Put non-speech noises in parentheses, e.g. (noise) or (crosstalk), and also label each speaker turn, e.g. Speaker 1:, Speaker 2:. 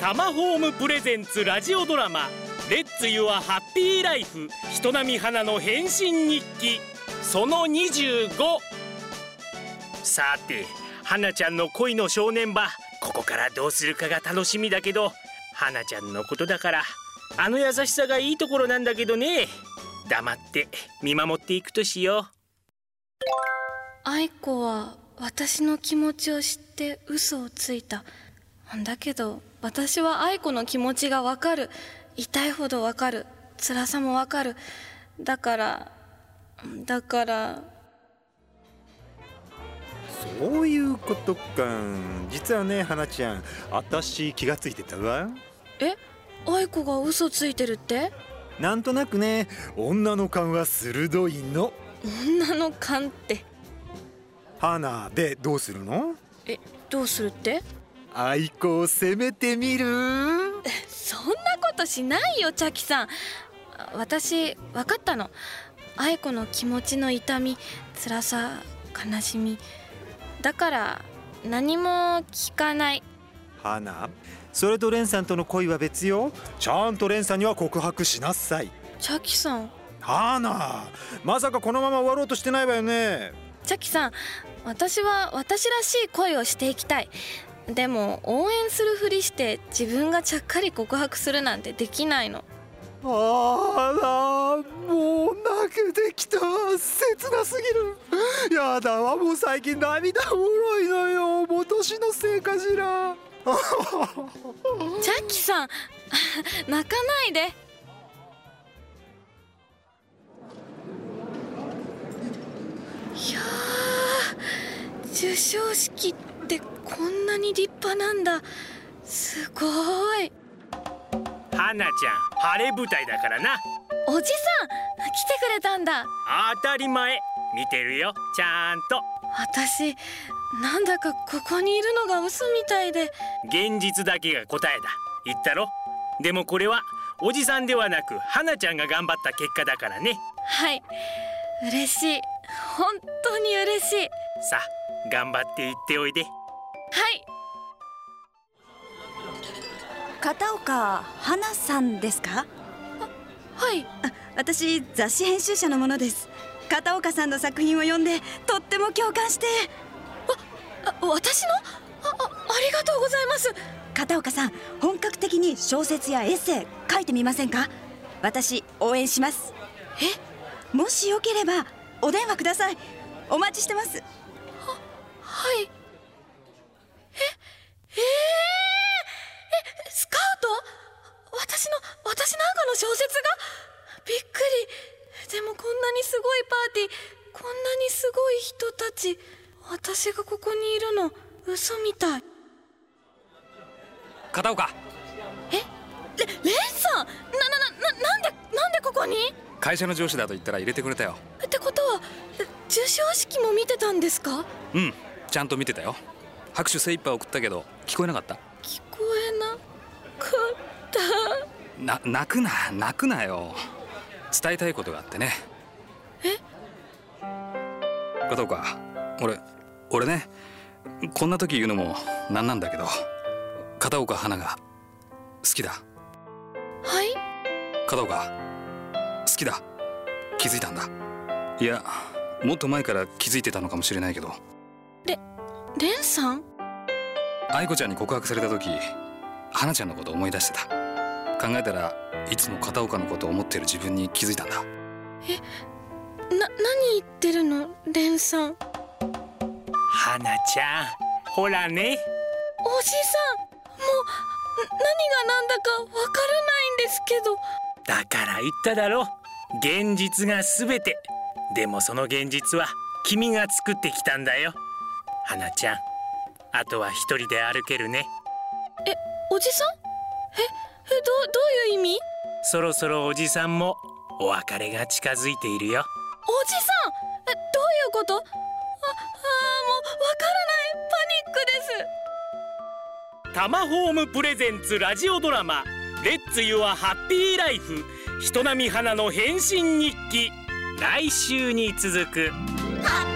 Speaker 1: タマホームプレゼンツラジオドラマ「レッツ・ユア・ハッピー・ライフ人並花の変身日記」その25さて花ちゃんの恋の正念場ここからどうするかが楽しみだけど花ちゃんのことだからあの優しさがいいところなんだけどね黙って見守っていくとしよ
Speaker 2: 愛子は私の気持ちを知って嘘をついただけど私は愛子の気持ちがわかる痛いほどわかる辛さもわかるだからだから
Speaker 3: そういうことか実はね花ちゃん私気がついてたわ
Speaker 2: え愛子が嘘ついてるって
Speaker 3: なんとなくね女の勘は鋭いの
Speaker 2: 女の勘って
Speaker 3: 花でどうするの
Speaker 2: えどうするって
Speaker 3: 愛子を責めてみる
Speaker 2: そんなことしないよ茶木さん私分かったの愛子の気持ちの痛み辛さ悲しみだから何も聞かない
Speaker 3: 花それと蓮さんとの恋は別よちゃんと蓮さんには告白しなさい
Speaker 2: 茶木さん
Speaker 3: 花まさかこのまま終わろうとしてないわよね
Speaker 2: 茶木さん私は私らしい恋をしていきたいでも応援するふりして自分がちゃっかり告白するなんてできないの
Speaker 3: あらもう泣けてきた切なすぎるやだわもう最近涙もろいのよもう年のせいかしら
Speaker 2: ジャッキさん (laughs) 泣かないでいやー授賞式ってこんなに立派なんだすごいう
Speaker 1: 花ちゃん晴れ舞台だからな
Speaker 2: おじさん来てくれたんだ
Speaker 1: 当たり前見てるよちゃんと
Speaker 2: 私なんだかここにいるのが嘘みたいで
Speaker 1: 現実だけが答えだ言ったろでもこれはおじさんではなく花ちゃんが頑張った結果だからね
Speaker 2: はい嬉しい本当に嬉しいは
Speaker 1: さあ頑張っていっておいで
Speaker 2: い
Speaker 4: 片岡花さんですか
Speaker 2: はい
Speaker 4: あ私雑誌編集者のものです片岡さんの作品を読んでとっても共感して
Speaker 2: あ私のああありがとうございます
Speaker 4: 片岡さん本格的に小説やエッセイ書いてみませんか私応援しますえもしよければお電話くださいお待ちしてます
Speaker 2: はいええー、えスカウト私の私なんかの小説がびっくりでもこんなにすごいパーティーこんなにすごい人たち私がここにいるの嘘みたい
Speaker 5: 片岡
Speaker 2: えレレンさんなななななんでなんでここに
Speaker 5: 会社の上司だと言ったら入れてくれたよ
Speaker 2: ってことはえ授賞式も見てたんですか
Speaker 5: うんちゃんと見てたよ拍手精一杯送ったけど聞こえなかった
Speaker 2: 聞こえなかった
Speaker 5: な泣くな泣くなよ伝えたいことがあってねえ片岡俺俺ねこんな時言うのもなんなんだけど片岡花が好きだ
Speaker 2: はい
Speaker 5: 片岡好きだ気づいたんだいやもっと前から気づいてたのかもしれないけど
Speaker 2: レンさん
Speaker 5: 愛子ちゃんに告白された時花ちゃんのこと思い出してた考えたらいつも片岡のことを思ってる自分に気づいたんだ
Speaker 2: な何言ってるのレンさんおじ
Speaker 1: 花ちゃんほらね
Speaker 2: さんもうな何が何だかわからないんですけど
Speaker 1: だから言っただろ現実が全てでもその現実は君が作ってきたんだよ花ちゃんあとは一人で歩けるね
Speaker 2: えおじさんええどうどういう意味
Speaker 1: そろそろおじさんもお別れが近づいているよ
Speaker 2: おじさんえどういうことああーもうわからないパニックです
Speaker 1: タマホームプレゼンツラジオドラマ「レッツ・ユア・ハッピー・ライフ人並み花の変身日記」来週に続く
Speaker 4: ハッピーライフ